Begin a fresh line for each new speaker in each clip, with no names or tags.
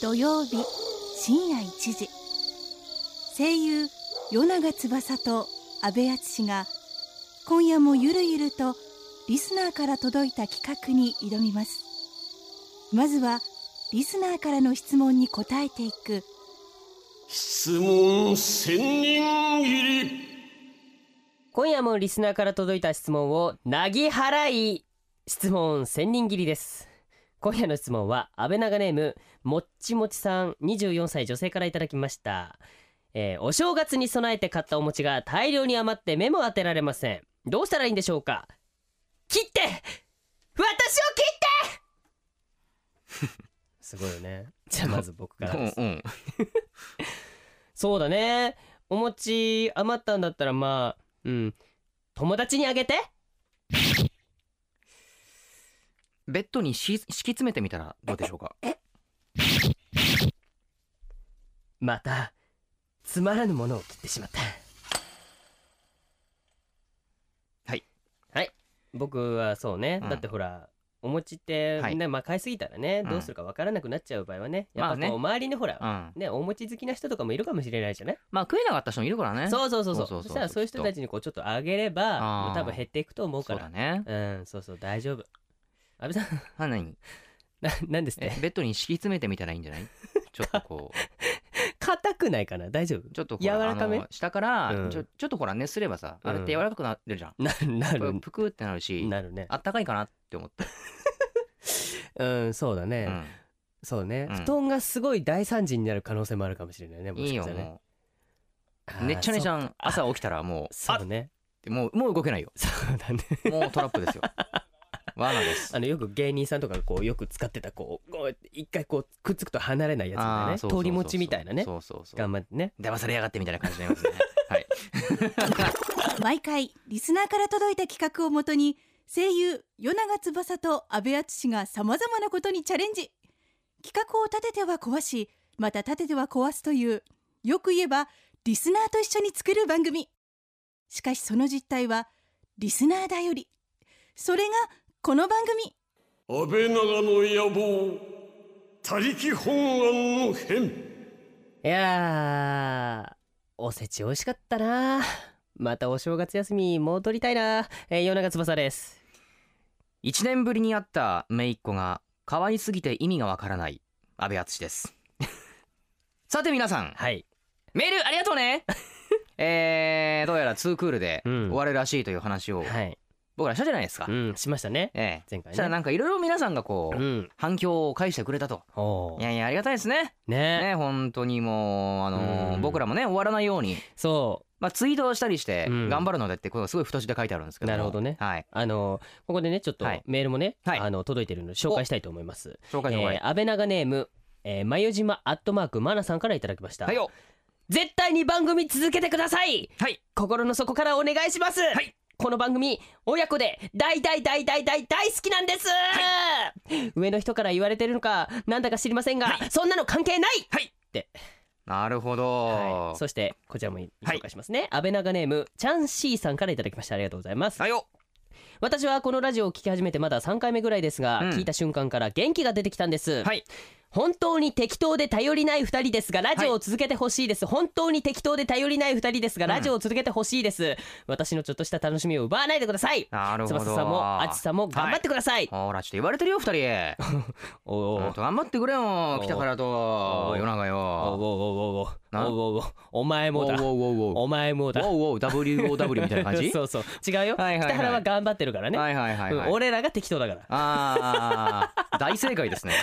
土曜日深夜1時声優与永翼と阿部淳が今夜もゆるゆるとリスナーから届いた企画に挑みますまずはリスナーからの質問に答えていく
質問千人切り
今夜もリスナーから届いた質問をなぎ払い質問千人切りです今夜の質問は安倍長ネームもっちもちさん24歳女性からいただきました、えーお正月に備えて買ったお餅が大量に余って目も当てられませんどうしたらいいんでしょうか切って私を切って すごいよねじゃあまず僕からです
うんうん
そうだねお餅余ったんだったらまあうん友達にあげて
ベッドにし敷き詰めてみたらどうでしょうか
またつまらぬものを切ってしまった
はい
はい僕はそうね、
うん
だってほらお餅って、
はい
ねまあ買いすぎたらね、
うん
どうするかわからなくなっちゃう場合はねやっ
ま
ぱ
あね
こう周りにほら、
うん
ねお餅好きな人とかもいるかもしれないじゃない、
まあ食えなかった人もいるからね
そうそうそうそう
そうそ
そ
うそう
したらそういう人たちにこうちょっとあげれば
あー
もう多分減っていくと思うか
そう
ら
だね
うんそうそう大丈夫安倍さん
は何
ななんですっ
え
て
ベッドに敷き詰めてみたらいいんじゃないちょっと こう
硬くないかな大丈夫
ちょっとほら
柔らかめ
あの下から、
うん
ちょちょっとほらねすればさあれって柔らかくなるじゃん、
なな
これ
る
ぷくってなるし
なるね
あったかいかなって思って、
うんそうだね、
うん
そうね、
うん
布団がすごい大惨事になる可能性もあるかもしれないねも
いい
しかした
よ
らね
もうねっちゃねち
ゃ
ゃん朝起きたらもう
そうね
あもうもう動けないよ
そうだね
もうトラップですよ罠です
あのよく芸人さんとかがこうよく使ってたこうこう一回こうくっつくと離れないやつだよ
あ
ね
ーそうそうそうそう
通り持ちみたいなね
そうそうそう
頑張ってね
騙されやがってみたいな感じになります ねはい
毎回リスナーから届いた企画をもとに声優与永翼と阿部淳がさまざまなことにチャレンジ企画を立てては壊しまた立てては壊すというよく言えばリスナーと一緒に作る番組しかしその実態はリスナーだよりそれがこの番組
安倍長の野望他力本願の変
いやーおせち美味しかったなまたお正月休み戻りたいな、えー、夜長翼です
1年ぶりに会った姪っ子が可愛すぎて意味がわからない阿部淳です さて皆さん
はい
メールありがと うねえー、どうやら2クールで
うん
終わるらしいという話を
はい
僕らしたじゃないですか、
うんしましたね
ええ
前回
そしたら
ね
なんかいろいろ皆さんがこ
う
う、
ん
反響を返してくれたと
おー
いやいやありがたいですね
ね
ね本当にもうあのー
うん
僕らもね終わらないように
そう
まあツイートをしたりして
うん
頑張るのでってことがすごい太字で書いてあるんですけど
な
も
るほどね
はい
あのここでねちょっと
はい
メールもね、
はい
あの届いてるので紹介したいと思います。
紹
え
介紹介、
ー、安倍長ネーム、えー、まゆじまアットマークまなさんからいただきました。
はいよ
絶対に番組続けてください。
はい
心の底からお願いします。
はい
この番組親子で大大大大大大好きなんです、上の人から言われてるのかなんだか知りませんが、そんなの関係ない
なるほど、
はい、そしてこちらも紹介しますね、安倍長ネームちゃん C さんからいただきましたありがとうございます
はいよ
私はこのラジオを聞き始めてまだ3回目ぐらいですが、
うん
聞いた瞬間から元気が出てきたんです、
はい
本当に適当で頼りない2人ですがラジオを続けてほしいです、本当に適当で頼りない2人ですが
うん
ラジオを続けてほしいです、私のちょっとした楽しみを奪わないでください
なるほど
翼さんもあちさんも頑張ってください、
ほらちょっと言われてるよ二人
おおお
ほんと頑張ってくれよ
お
北からと
お
夜長
おおおお
よ
お
な
おおおお前
お
も
う
だ
おうおうおう
お前もだ
おうおう WOW みたいな感じ
そうそう違うよ、
はいはいはい
北原は頑張ってるからね、
はいはいはい、はい
うん俺らが適当だから
ああ大正解ですね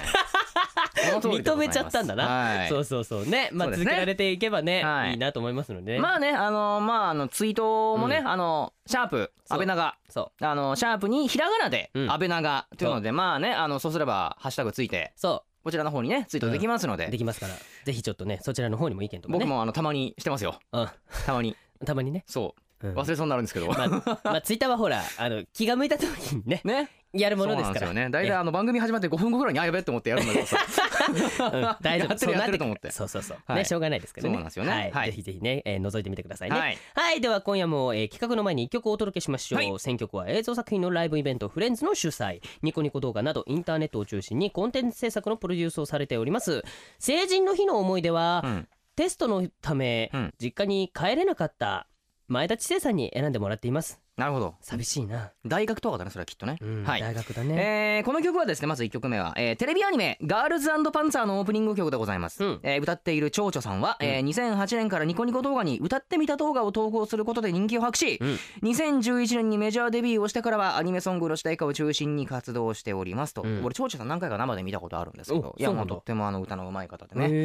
この通りで
認
ござい
め
ま
ち
す
ゃったんだな、
はい
そうそうそうねまあ
そうです
続
ね
けられていけばね
はい
いいなと思いますのでね、
まあねあのまああのツイートもね、
うん
あのシャープ
そう
安倍長
そう
あのシャープにひらがなで
うん
安倍長というので、まあねあのそうすればハッシュタグついて
そ
こちらの方にねツイートできますので、
うできますからぜひちょっとねそちらの方にも意見とかね
僕もあのたまにしてますよ
う
たまに
ん、 たまにね、
そう
うん
忘れそうになるんですけど、
まあ、まあ、ツイッターはほらあの気が向いた時にね
ね
やるも
そう
ので
な
す
ん
か
です
ら
よね大体
え
あの番組始まって5分後ぐらいにあやべえと思ってやるんだけど さ
うん大丈
や
夫
ってる
そうな
やってると思
く
っ
る
て
そうそうそう、
はい
ねしょうがないですからね
そうなんですよね
はい、
はい
ぜひぜひね、えー、覗いてみてくださいねは、
はいい
では今夜も、えー、企画の前に一曲お届けしましょう、
はい
選曲は映像作品のライブイベントフレンズの主催ニコニコ動画などインターネットを中心にコンテンツ制作のプロデュースをされております成人の日の思い出は、
うん
テストのため、
うん
実家に帰れなかった前田知世さんに選んでもらっています
なるほど
寂しいな、
大学とかだねそれはきっとね、
うん
はい
大学だね、
えーこの曲はですねまず1曲目は、えーテレビアニメ「ガールズパンツァー」のオープニング曲でございます、
うん
えー歌っている蝶々さんは、えー2008年からニコニコ動画に歌ってみた動画を投稿することで人気を博し、
うん
2011年にメジャーデビューをしてからはアニメソングの主題歌を中心に活動しておりますと、
うん
俺蝶々さん何回か生で見たことあるんですけど
お
いや
そうな
も
ん
う
だ
とってもあの歌の上手い方で
へ
ね、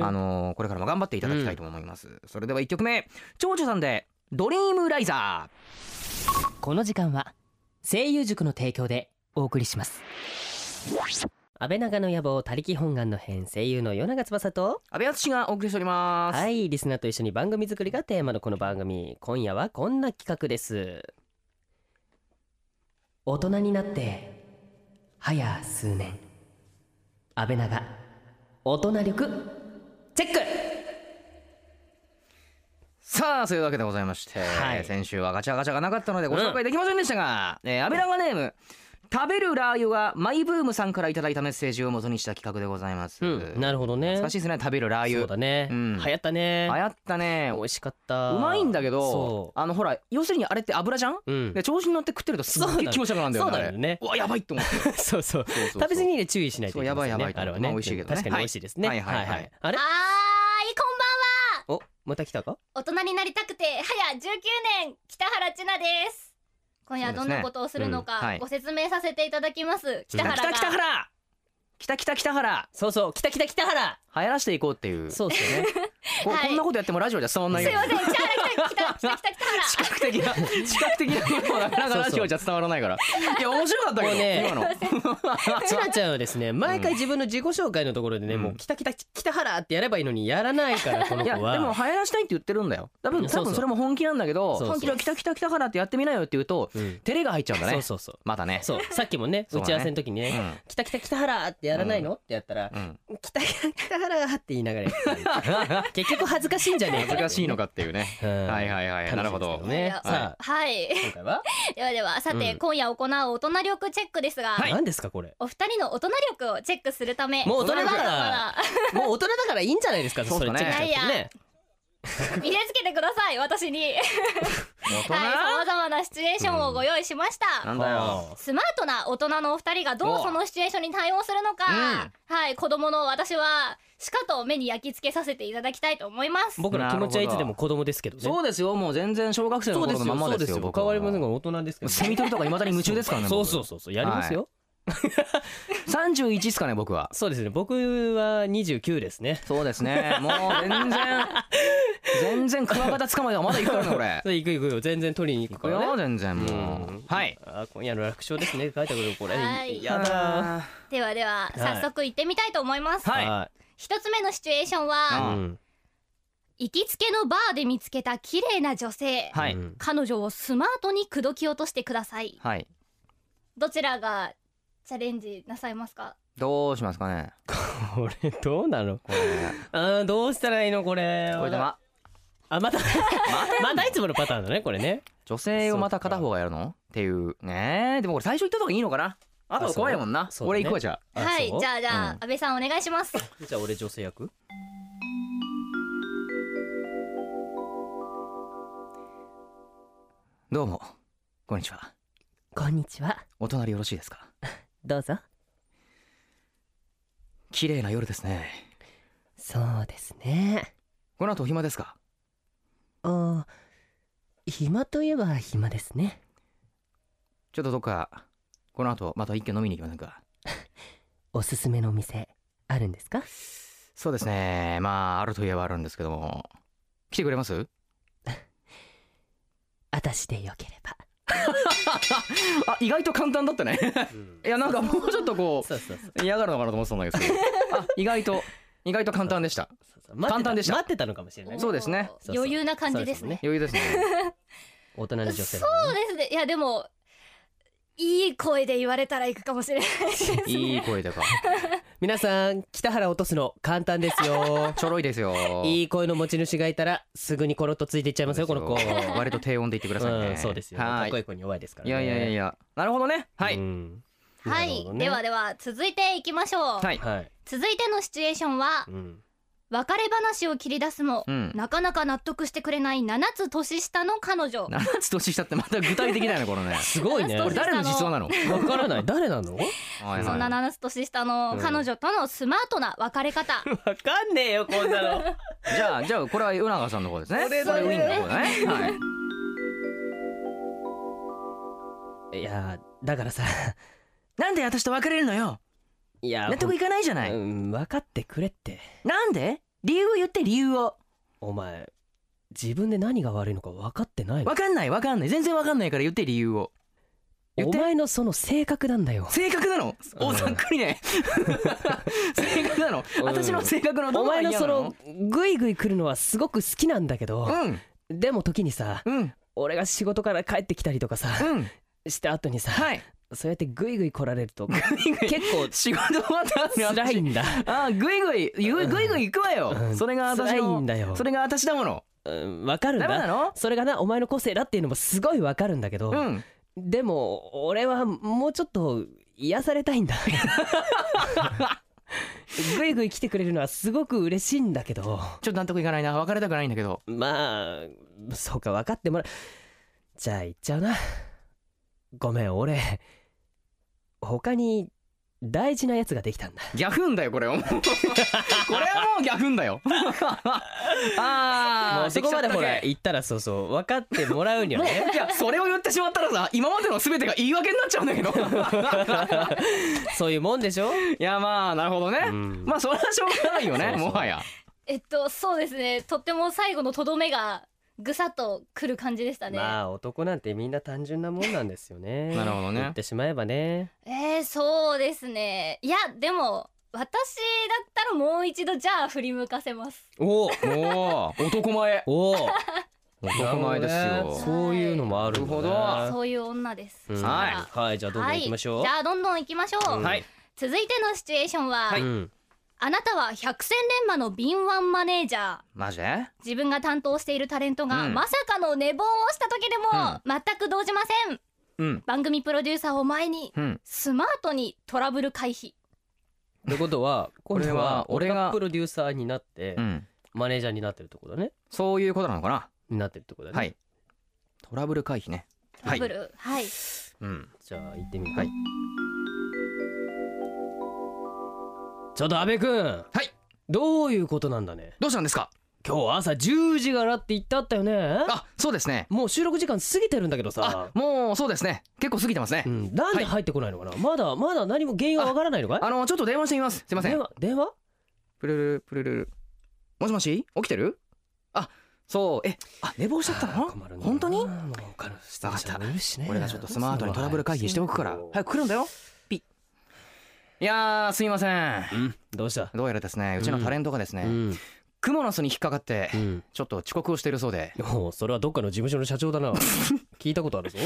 ー
あのーこれからも頑張っていただきたいと思います、それでは1曲目蝶々さんで「ドリームライザー
この時間は声優塾の提供でお送りします安倍長の野望他力本願の編声優の与永翼と」
阿部淳がお送りしております、
はいリスナーと一緒に番組作りがテーマのこの番組今夜はこんな企画です大人になって早数年安倍長大人力チェック
さあそういうわけでございまして、
はい
先週はガチャガチャがなかったのでご紹介できませんでしたが、えー、アベラガネーム食べるラー油がマイブームさんからいただいたメッセージを元にした企画でございます、
うんなるほどね
懐かしいですね食べるラー
そう
油
だね、
うん
流行ったね
流行ったね
美味しかった
うまいんだけど
そ
あのほら要するにあれって油じゃん、
う、うん
で、調子に乗って食ってるとすっ
そうな
げ
の
え気持ち悪くなるんだ
そ
よね
うなの
あれ
ね
うわやばいって思ってそ
そう
う
そう
そうそう
食べ過ぎに注意しないと
そう
け
やばいやばい
ですよねあれは
ま
ね
あ美味しいけどね
確かに美味しいですね
はいはいはいはい
あれ
あーいこ
おまた来たか
んばんは大人になりたくて早19年北原千奈です今夜はどんなことをするの
そうですねうんは
か
い
ご説明させていただきます北
来
原
た
が
来た原来た来た来た原
そうそう来た来た来た原
流行らしていこうっていう
そうですよ ね
こ
はい
こんなことやってもラジオじゃ伝わんない
す
よ
いません千原来た来た来た来た来た原
視覚的な 視覚的なものはなかなかラジオじゃ伝わらないからいや面白かったけど、
もうね
今の
ちなちゃんはですね毎回自分の自己紹介のところでね、
うん
もう来た来た来た原ってやればいいのにやらないからこの
い
子
や
は
でも流行らしたいって言ってるんだよ多分
そうそう
多分それも本気なんだけ
そ
ど
うそう
本気で「来た来た来たから」ってやってみなよって言うと
うん
照れが入っちゃうんだね
そうそうそう
またね
そうさっきもね
そう
打
だね
ち合わせの時にね
うん
「来た来た来た原」ってやらないの、ってやったら
うん
「来た来た原」って言いながらや ってる結局恥ずかしいんじゃねえ
恥ずかしいのかっていうね
うん
はいはいはいなるほ
楽し
ど
みですけね
いや
さあ
はい
今回は、
ではではさて、
うん
今夜行う大人力チェックですが、
何ですかこれ
お二人の大人力をチェックするため
もう大人だから
まま
もう大人だからいいんじゃないですか
そう
それ
っすかね
チェックしちゃってね
だ見せつけてください私に
大人
はい、様々なシチュエーションをご用意しました、
なんだよ
はあ
スマートな大人のお二人がどうそのシチュエーションに対応するのか、はい子供の私はしかと目に焼き付けさせていただきたいと思います
僕の気持ちはいつでも子供ですけどね
そうですよもう全然小学生の頃のまんまですよ僕
変わりません
も
が大人ですけ
う
ど
セミ取りとか未だに夢中ですからね
そうそううそうそうやりますよ、
31ですかね僕は
そうですね僕は29ですね
そうですねもう全然全然クワガタ捕まえたまだ行くからねこれ
それ行く行くよ全然取りに行く
こ
か
れ
ら
は
ね
全然
う
もう、
ん
はい
あ今夜の楽勝ですね書いたことこれ
はい
やだ
ではでは
はい
早速行ってみたいと思います、
はい
一つ目のシチュエーションは
あ
うん
行きつけのバーで見つけた綺麗な女性、
はい
うん
彼女をスマートに口説き落としてください
はい
どちらがチャレンジなさいますか
どうしますかね
これどうなの
これ
あーどうしたらいいのこれ
これでま
あ またまたいつものパターンだねこれね
女性をまた片方がやるのっていうねえでもこれ最初言ったとこいいのかなあとは怖いもんな
あそう
俺行こうじゃ
あ
はい
そう
じゃあじゃあ、
うん
安倍さんお願いします
じゃあ俺女性役
あどうもこんにちは
こんにちは
お隣よろしいですか
どうぞ
綺麗な夜ですね
そうですね
この後暇ですか
あ暇といえば暇ですね
ちょっとどっかこの後また一軒飲みに行きませんか
おすすめのお店あるんですか
そうですねまああるといえばあるんですけども来てくれます
私でよければ
あ意外と簡単だっ たねいやなんかもうちょっとこう
そうそうそう
嫌がるのかなと思ってたんだけど あ意外と意外と簡単でした
そうそう待って
簡単でした
待ってたのかもしれない
そうですね
おー
そうそう
余裕 な感じですね
余裕ですね
大人の女性
そうですねいやでもいい声で言われたら行くかもし れないですね
いい声とか
皆さん北原落とすの簡単です よ
ちょろいですよ
いい声の持ち主がいたらすぐにコロッとついていっちゃいますよこの子
割と低音で言ってくださいね、
うんそうですよか
は
っ
い
こいい子に弱いですから
い
ね
やいやいやいやなるほどねはい、
うん
は
なる
い、
ほどね
ではでは続いていきましょう、
はい
はい
続いてのシチュエーションは
うん
別れ話を切り出すも、
うん
なかなか納得してくれない7つ年下の彼女
七つ年下ってまた具体的だよねこ れね
すごいね
こ
こ
れ
れ
だ
誰の実話なの
わからない誰 なの
はいはい
そんな7つ年下の彼女とのスマートな別れ 方、
わかんねえよこんなの
じゃあじゃあこれは与永さんの方ですね
これだね
ウィンの方だね はい
いやだからさ
なんで私と別れるのよ
いや
納得いかないじゃない、
うん分かってくれって
なんで理由を言って理由を
お前自分で何が悪いのか分かってないの
わかんないわかんない全然わかんないから言って理由 を言っ
お
て
前のその性格なんだよ
正確なの
うん
おざっくり ね正確なの
うん
私の性格のど
お
こが
前
嫌
の
な
そ
の
のグイグイ来るのはすごく好きなんだけど
うん
でも時にさ
うん
俺が仕事から帰ってきたりとかさ
うん
した後にさ
はい
そうやってグイグイ来られると
グイ
結構
仕事終わった後に私
辛い んだ
あーグイグイグイグイグイ行くわよ、
うん
それが私
辛い
の
んだよ
それが私だもの
うんわかるん
ダメな
だ
の
それがなお前の個性だっていうのもすごいわかるんだけど
うん
でも俺はもうちょっと癒されたいんだぐいぐい来てくれるのはすごく嬉しいんだけど
ちょっと納得いかないな別れたくないんだけど
まあそうか分かってもらじゃあ行っちゃうなごめん俺他に大事なやつができたんだ
ギャフンだよこれは もうこれはもうギャフンだよあ
も
あ
うそこまでほら言ったらそうそう分かってもらうには
もう
ね
いやそれを言ってしまったらさ今までの全てが言い訳になっちゃうんだ けど
そういうもんでしょ、
いやまあなるほどね、
うん
まあ それはしょうがないよね
そうそう
もはや
えっとそうですねとっても最後のとどめがぐさっとくる感じでしたね、
まあ男なんてみんな単純なもんなんですよね
なるほどね
言ってしまえばね
えー、そうですねいやでも私だったらもう一度じゃあ振り向かせます
おお
おお男前
おお
男前ですよ
そういうのもあるんだね
な
そういう女です、
うん
はい
はいじゃあどんどん行きましょう、
はい、じゃあどんどん行きましょう、
うん
はい
続いてのシチュエーションは、
うん
あなたは百戦錬磨の敏腕マネージャー
マジで
自分が担当しているタレントが、
うん
まさかの寝坊をした時でも、全く動じません
うん
番組プロデューサーを前に
うん
スマートにトラブル回避
ということは
こ
今
れは
度は俺
俺が
がプロデューサーになって、
うん
マネージャーになってるとこだね
そういうことなのかな
になってるとこだね、
はいトラブル回避ね
トラブルはい、
うん
じゃあ行ってみようはいちょっと阿部君
はい
どういうことなんだね
どうしたんですか
今日朝10時からって言ってあったよね
あそうですね
もう収録時間過ぎてるんだけど
あ
さ
もうそうですね結構過ぎてますね
うん、なんで入ってこないのかな、まだまだ何も原因はわからないのかい
あのちょっと電話してみますすいませ
電
ん
話電話
プルルルプルルルもしもし起きてるあそうえあ寝坊しちゃったの
困るんだよな
本当に
もう彼女出演者
わかった
もいるしね
俺がちょっとスマートにトラブル回避しておくから
そう
早く来るんだよピッいやーすいません
うんどうした
どうやらですねうちのタレントがですね、
うん
クモの巣に引っかかって
うん
ちょっと遅刻をしているそうで
おうそれはどっかの事務所の社長 だな聞いたことあるぞ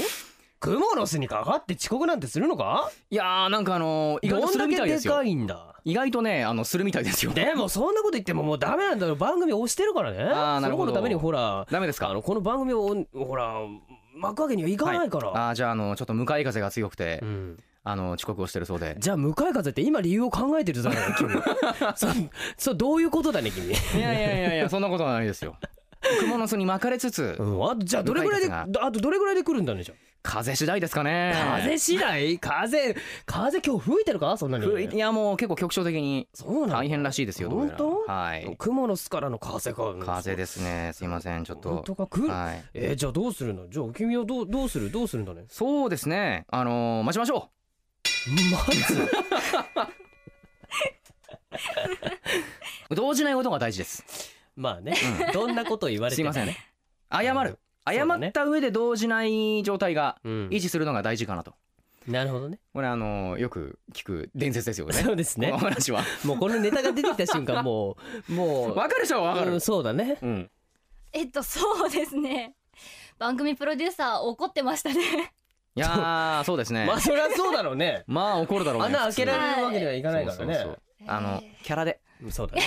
クモの巣にかかって遅刻なんてするのか
いやーなんかあのー、意外
ど
とする
ん
みた
だけ
いで
です
よ
かいんだ
意外とねあのするみたいですよ
でもそんなこと言ってももうダメなんだよ番組押してるからね
あーなるほ
その子
ど
のためにほら
ダメですか
あのこの番組をほら幕開けにはいかないから、
あーじゃああのちょっと向かい風が強くて、
うん
あの遅刻をしてるそうで
じゃあ向かい風って今理由を考えてるだけだよ 君そそうどう いうことだね君、
いやいやいやい やそんなことはないですよクモの巣に巻かれつつ
うん、あとじゃあどれぐらいで
向かい
あ
風
とどれぐらいで来るんだねじゃあ
風次第ですかね
風次第風風今日吹いてるかそんなに
ふいやもう結構局所的に
そうな
大
の
変らしいですよどうやら
本当
はい
雲の巣からの風か
風ですねすいませんちょっ
本
と
当か来る、
はい
えーじゃあどうするのじゃあ君はどうどうするどうするんだ ね
そうですねあのー、待ちましょ
まず
う動じないことが大事です
まあね、どんなことを言われ
す
て
い
も
ません謝る
そう
謝
だね
った上で動じない状態が
うん
維持するのが大事かなと
なるほどね
これあのーよく聞く伝説ですよね
そうです
この
ね
話は
もうこのネタが出てきた瞬間もうもう
わかるでしょわか
う
る
んそうだね
うん
えっとそうですね番組プロデューサー怒ってましたね
いやーそうですね
まあそりゃそうだろうね
まあ怒るだろうね
穴開けられるわけにはいか
普通
ないからね
そうそうそうあのキャラで
そう だね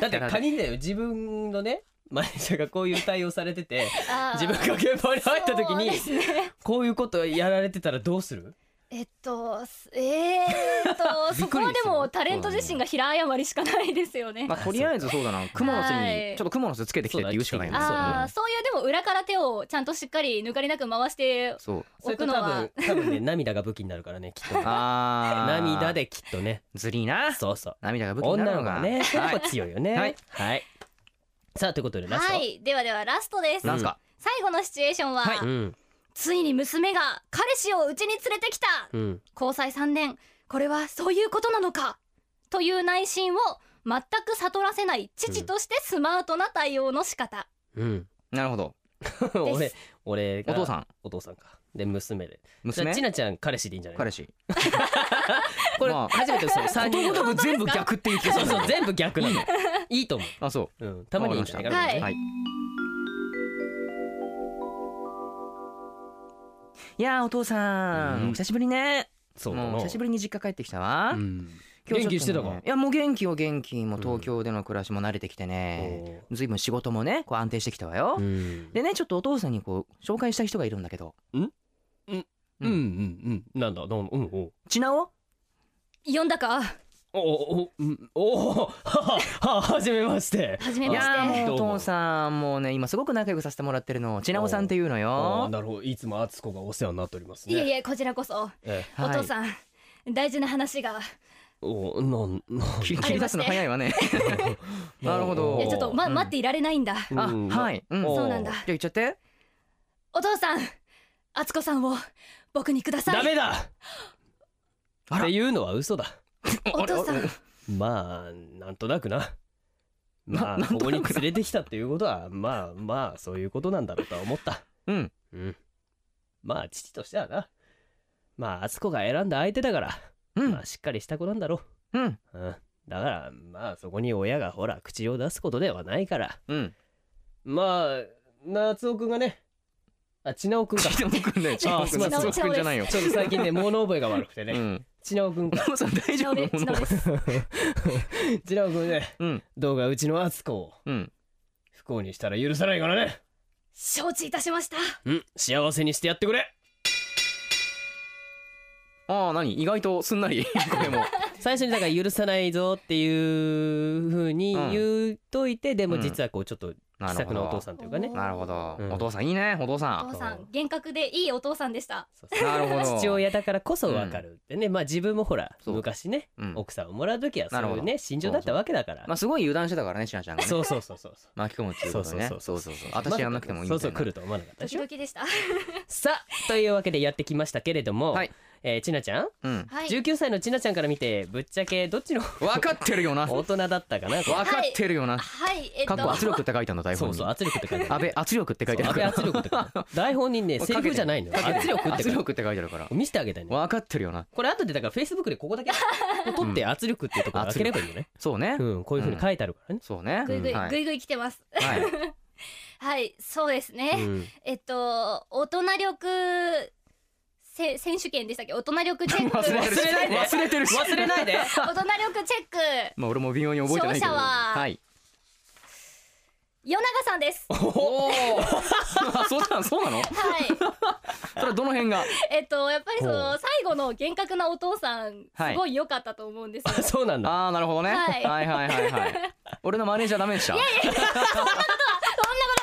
だって仮にだよ自分のねマネージャーがこういう対応されて て
あー
自分が現場に入った時に
そうですね
こういうことやられてたらどうする
えっとすえー、っと
びっ
そ
くりです
こ
よ
はでもタレント自身が平謝りしかないですよね
まあとりあえずそうだなクモの巣
はい
にちょっとクモの巣つけてきてって言うしかない
そうだ
あ
な
あそういうでも裏から手をちゃんとしっかり抜かりなく回して
そうそう
それと
置く
多
のは
分多分ね涙が武器になる からねきっとね
あー
涙できっとね
ずりーな
そうそう
涙が武器に
女
なる
の
の
子
が
はねそういうとこ強いよね
はい
はいさあということでラスト、
はいではではラストです、
なんすか
最後のシチュエーションは、
はいう
ん
ついに娘が彼氏をうちに連れてきた
うん
交際3年これはそういうことなのかという内心を全く悟らせない父としてスマートな対応の仕方、
うん
なるほど
俺俺
お
が
父さん
お父さんかで娘でじゃあ
娘
ちなちゃん彼氏でいいんじゃない
彼氏
これ
まあ
初めてそう三人
男と全部逆っていう気が
そう
する
そう全部逆なのいいと思
あそう
ううんたまにいいんじゃないかな
わかりました
はい。いやーお父さん、
うん
久しぶりね
そうだ
もう久しぶりに実家帰ってきたわ、
うん
今日ちょ
元
っとね
気してたか
いやもう元気よ元気もう東京での暮らしも慣れてきてね、ずいぶん仕事もねこう安定してきたわよ、
うん
でねちょっとお父さんにこう紹介したい人がいるんだけど
うんうんうんなんだどうもうんおう
ちなお
読んだか
おおおうんおおは はははじめまして
初め
い
ま
や
して
ーもうお
どうも
父さんもうね今すごく仲良くさせてもらってるのちなおさんっていうの
ああ
よ
なるほどいつも敦子がお世話になっておりますね
いえいえこちらこそ
ええ
お
はい
父さん、大事な話が
おなんなん
切り切り出すの早いわねなるほど
いやちょっと、ま、
うん
待っていられないんだ
あ はいい、うん、じ
お
ゃ
そうなんだ
あ言っちゃって
お父さん敦子さんを僕にください
ダメだ
あ
っ
ら
ていうのは嘘だ
お父さん
まあなんとなくな
な
まあ
なんと
こ
な
こ
くな
に連れてきたっていうことはまあまあそういうことなんだろうとは思った
うん
うんまあ父としてはなまあ敦子が選んだ相手だから、
うん
まあしっかりした子なんだろ
うん
う、うん、だからまあそこに親がほら口を出すことではないから
うん
まあ夏尾くんがねあ千奈くん かち
で
ょ
も僕 ねち
あ
ょ
す
す
い
い
ま
ま
せ
せ
ん
んじゃないよ
っと最近ね物覚えが悪くて
う
ね
ん
千奈くんか
お父さん大丈
千
夫
で千です
千奈くんね
うん
どうかうちの敦子を
うん
不幸にしたら許さないからね
承知いたしました
うん幸せにしてやってくれ
ああ何意外とすんな りこれも
最初にだから許さないぞっていうふうに言うといて、でも実はこうちょっと気さくなお父さんというかね、
うん
なるほど
うん
お父さんいいねお父
お
さ
父さん厳格でいいお父さんでした
そうそう
なるほど
父親だからこそわかるってね、まあ自分もほら
そう
昔ね、
んうん
奥さんをもらう時はそうい
なる
う
ほど
ね心情だったわけだから
まあすごい油断してたからねしなちゃんがね
そうそうそうそうそう
巻き込むっていうことね
そうそうそう
そう私やんなくてもいいみた
そうそ
い
う
な
来ると思わなかったで
時
しょ
々でした
さあというわけでやってきましたけれども、
はい
えー、ちなちゃん、
うん
はい
19歳のちなちゃんから見てぶっちゃけどっちの
分かってるよな
大
分
人だったかな
かってるよな
はいえっ
かっこ圧
と
力って書いたの台
そう
本に
そう圧力って書いてある
安倍圧力って書いてあ
安倍圧
るから
力って書いてある 台本にねセリフじゃないのよ圧力って書いて
圧
ある
力って書いてあるから
見せてあげたいね
分かってるよな
これ後でだからフェイスブックでここだけ取って圧力っていうところ開ければいいよね
そうね
うんこういうふうに書いてあるからね
そうね
ぐいぐい
うんは
ぐ
い
いぐい来てます
はい
はいそうですね、
うん
えっと大人力せ選手権でしたっけ大人力チェック大人力
忘
チ
れないで
忘れてるし
忘れ ないで
ェック
まあ俺も微妙に覚えてないけど
勝者は
はい
与永さんですは
おおそうなのそうなの
い
それはどの辺が
えっとやっぱりそ
ほ
の最後の厳格なお父さん
はい
すごい良かったと思うんですよ、
あそうなんだ
ああなるほどね、
は
はいい、はいはいはい俺のマネージャーダメでした
そんなことは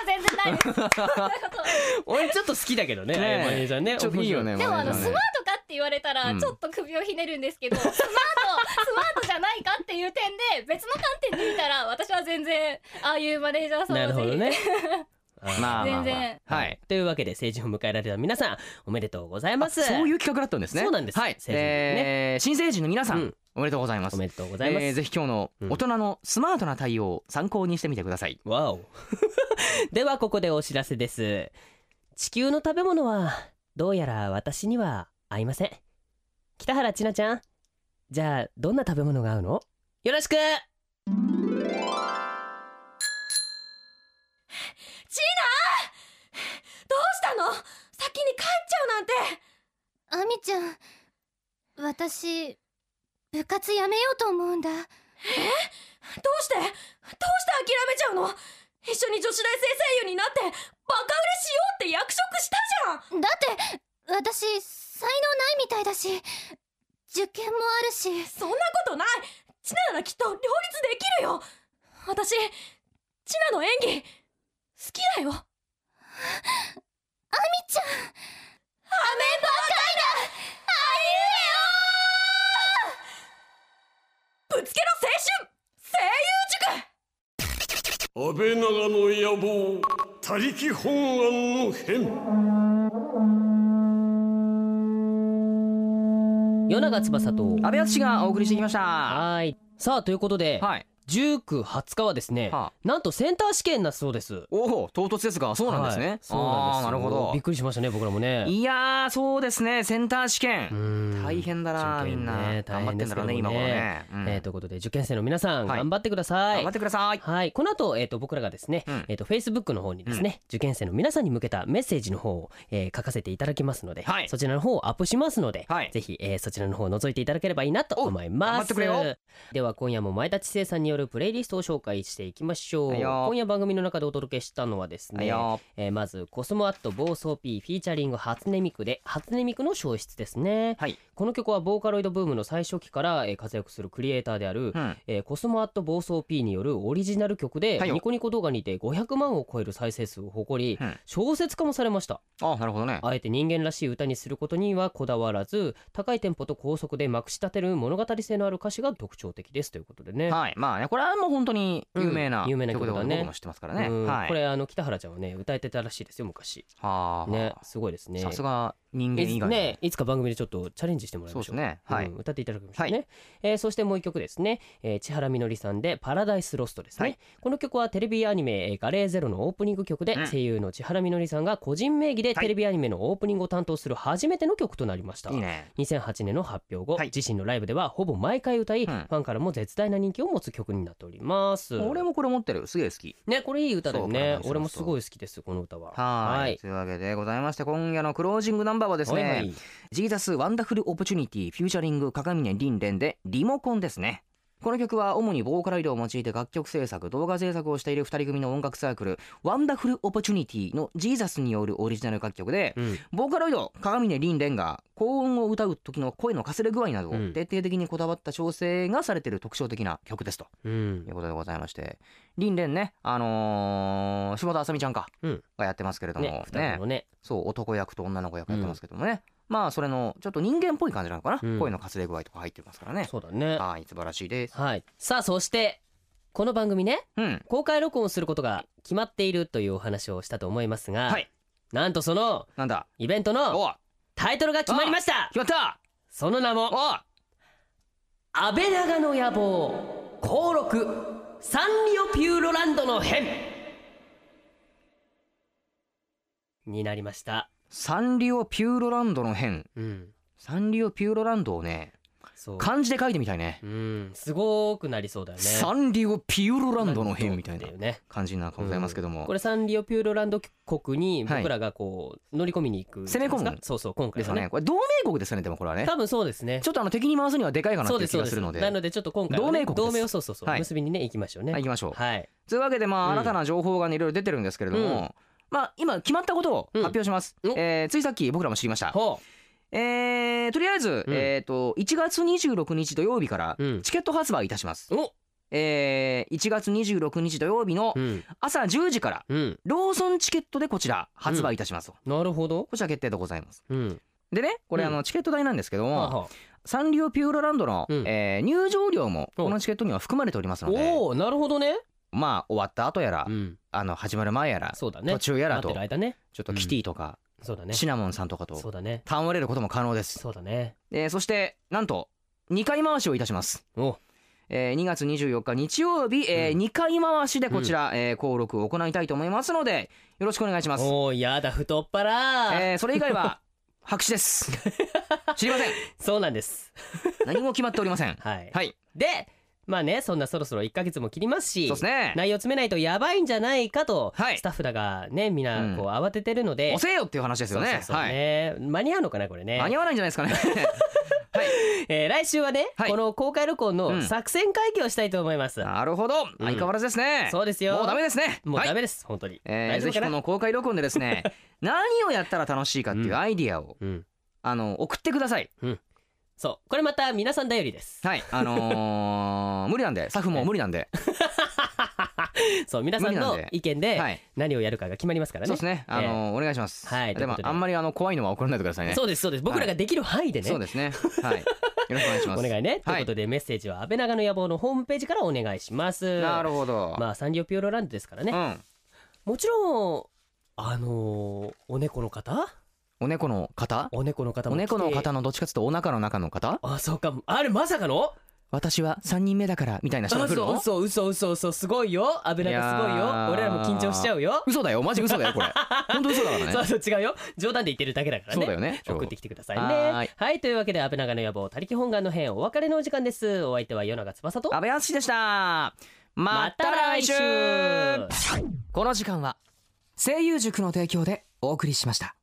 全然ないです
俺ちょっと好きだけどね
ねえ
マネージャーね
ちょっといいよね
でもあ
マネ
の
ー
ス
ジャー
マー
ね
トかって言われたら
うん
ちょっと首をひねるんですけど、スマートスマートじゃないかっていう点で別の観点で見たら私は全然ああいうマネージャーさん
な
は
る
ぜ
ほど
ひ、
ね
まあまあ、
全然
まあ、は
はい
い
というわけで成人を迎えられた皆さんおめでとうございます
そういう企画だったんですね
そうなんです
はい
成人の日ね
えー新成人の皆さん、
うん
おめでとうございます
おめでとうございます
えーぜひ今日の大人のスマートな対応を参考にしてみてください、
わお ではここでお知らせです地球の食べ物はどうやら私には合いません北原千奈ちゃんじゃあどんな食べ物が合うのよろしく
チーナどうしたの先に帰っちゃうなんてあみちゃん私部活やめようと思うんだ
どうしてどうして諦めちゃうの一緒に女子大生声優になってバカ売れしようって約束したじゃん
だって私才能ないみたいだし受験もあるし
そんなことないチナならきっと両立できるよ私チナの演技好きだよ
あみちゃん
アメバカイだあいうえよぶつけの青春声優塾
安倍長の野望他力本願の変
夜長翼と
安倍淳がお送りしてきましたは
はーいさあということで、
い
19、20日はですね、
はあ
なんとセンター試験だそうです
おお唐突ですがそうなんですね、
はいそうなんです
あーなるほど
びっくりしましたね僕らもね
いやーそうですねセンター試験大
大
変だなみんな頑張ってんだろうね今頃ね、うん
えーということで受験生の皆さん、
はい
頑張ってください
頑張ってください
はい、この後、えっ、と、僕らがですね、
うん
えっ、と、Facebook の方にですね、受験生の皆さんに向けたメッセージの方を、えー書かせていただきますので、
はい
そちらの方をアップしますので、
はい
ぜひ、えーそちらの方を覗いていただければいいなと思います。
お頑張ってくれよ
では、今夜も前田知世さんによるプレイリストを紹介していきましょう。
はいよ
今夜番組の中でお届けしたのはです
はい
ね、
よ
えーまず、コスモアット暴走 P フィーチャリング初音ミクで、初音ミクの消失ですね。
はい
この曲はボーカロイドブームの最初期から、えー活躍するクリエイターである、
うん
えーコスモアット暴走 P によるオリジナル曲で、
はいよ
ニコニコ動画にて500万を超える再生数を誇り、
うん
小説化もされました
あなるほどね
あえて人間らしい歌にすることにはこだわらず高いテンポと高速でまくし立てる物語性のある歌詞が特徴的ですということでね。
はいまあねこれはもう本当に有名な
うん有名な
曲
曲
で
だ
僕
ね
も知ってますからね
うん
はい
これあの北原ちゃんはね歌えてたらしいですよ昔
はあ、
ねすごいですね
さすが人間
い
以
つ
外
ねいつか番組でちょっとチャレンジしてもらい
そ
ま
うで
し
す
ょう
ねはい、
うん歌っていただきましょうね、
は
えーそしてもう一曲ですね、えー千原みのりさんで「パラダイスロスト」ですね、
はい
この曲はテレビアニメえー「ガレーゼロ」のオープニング曲で、
うん
声優の千原みのりさんが個人名義で
はい
テレビアニメのオープニングを担当する初めての曲となりました、
いいね
2008年の発表後、
はい
自身のライブではほぼ毎回歌い、
うん
ファンからも絶大な人気を持つ曲になっております
俺もこれ持ってるすげえ好き
ねこれいい歌だよ
そうパラダ
ね
イスロスト
俺もすごい好きですこの歌は
はいというわけでございまして今夜のクロージングナンバーはですね、
はいはい
ジーザスワンダフルオプチュニティフューチャリング鏡根凛蓮でリモコンですねこの曲は主にボーカロイドを用いて楽曲制作動画制作をしている2人組の音楽サークルワンダフルオプチュニティのジーザスによるオリジナル楽曲で、
うん
ボーカロイド鏡根凛蓮が高音を歌う時の声のかすれ具合などを
うん
徹底的にこだわった調整がされている特徴的な曲ですと
うん
ということでございまして凛蓮ねあのー、下田あさみちゃんか、
うん
がやってますけれども
ね2人のね
そう男役と女の子役やってますけどもね、まあそれのちょっと人間っぽい感じなのかな、
うん
声のかすれ具合とか入ってますからね
そうだね
はい素晴らしいです
はいさあそしてこの番組ね
うん
公開録音をすることが決まっているというお話をしたと思いますが、
はい
なんとその
なんだ
イベント
お
の
う
タイトルが決まりました
決まった
その名
お
も
う
「安倍長の野望公録サンリオピューロランドの編」になりました
サンリオピューロランドの編
うん
サンリオピューロランドをね
そう
漢字で書いてみたいね
うんすごくなりそうだよね
サンリオピューロランドの編みたい
って
な
うね
感じなんかございますけども、
これサンリオピューロランド国に
はい
僕らがこう乗り込みに行く
攻め込む
んですかそうそう今
で
回
す
は
かね
ね
これ同盟国ですよねでもこれはね
多分そうですね
ちょっとあの敵に回すにはでかいかなっ
そう
て
で
いう
す
気
そう
が
です
するので
なのでちょっと今回はね
同盟国です
同盟をそうそうそう、
はい
結びにね行きましょうね
は
はいい、
行きましょうというわけでまあ、
うん
新たな情報がねいろいろ出てるんですけれども、まあ今決まったことを
うん
発表します、
お
えーついさっき僕らも知りました
ほ
えーとりあえず、
うん
えー、と1月26日土曜日から
うん
チケット発売いたします、
うお
えー1月26日土曜日の
うん
朝10時から
うん
ローソンチケットでこちら発売いたしますと、
なるほど
こちら決定でございます
うん
でねこれ
う
あ
ん
のチケット代なんですけど
はあ
も、
はあ
サンリオピューロランドの、
うん
えー入場料もこのチケットには含まれておりますので
おおなるほどね
まあ終わった後やら、
うん
あの始まる前やら
そうだね
途中やらと
待ってる間ね
ちょっとキティとか、
そうだね
シナモンさんとか
そう
と
だね
戯れることも可能です、
そうだね
えーそしてなんと2回回しをいたします、
お
えー2月24日日曜日、えー
うん
2回回しでこちら、えー登録を行いたいと思いますのでよろしくお願いします、
おーやだ太っ腹、
えーそれ以外は 白紙です 知りません
そうなんです
何も決まっておりません
はい、
はい
でまあねそんなそろそろ1ヶ月も切りますし
そうですね
内容詰めないとやばいんじゃないかと、
はい
スタッフらがねみん
う
なんこう慌ててるので、
押せよっていう話ですよね
そうそうそう
はい
ね間に合うのかなこれね
間に合わないんじゃないですかね
えー来週はね、
はい
この公開録音
うん
の作戦会議をしたいと思います、
なるほど相変わらずですね
そうですよ
もうダメですね
もう
はい
ダメです、本当に、
えー
大丈
ぜ
夫か
ひこ
な
の公開録音でです ね何をやったら楽しいかっていうアイディアを
うん
あの送ってください
そうこれまた皆さん頼り です
はいあの ー無理なんでスタッフも無理なんで
そう皆さん
無理
の
なんで
意見で
はい
何をやるかが決まりますからね
そうですねあのーお願いします
はいとい
で
うこ
も
とで
あんまりあの怖いのは怒らないでくださいね
そうですそうです僕らができる範囲でね、
そうですねはいよろしくお願いしま
お
す
願いね、
はい
ということでメッセージは安倍長の野望のホームページからお願いします
なるほど
まあサンリオピューロランドですからね、
うん
もちろんあのーお猫の方
お猫の方
お猫の方も
お
来て
猫の方のどっちかっていうとお腹の中の方
あそうかあれまさかの
私は3人目だからみたいな人が来る
嘘
の
嘘嘘嘘嘘すごいよ安倍
い
長
や
すごい
ー
よ俺らも緊張しちゃうよ
嘘だよマジ嘘だよこれ本当嘘だからね
そうそう違うよ冗談で言ってるだけだからね
そうだよね
送ってきてください
はーい
ねはいというわけで安倍長の野望他力本願の編お別れのお時間ですお相手は与永翼と
安倍淳でしたまた来週この時間は声優塾の提供でお送りしました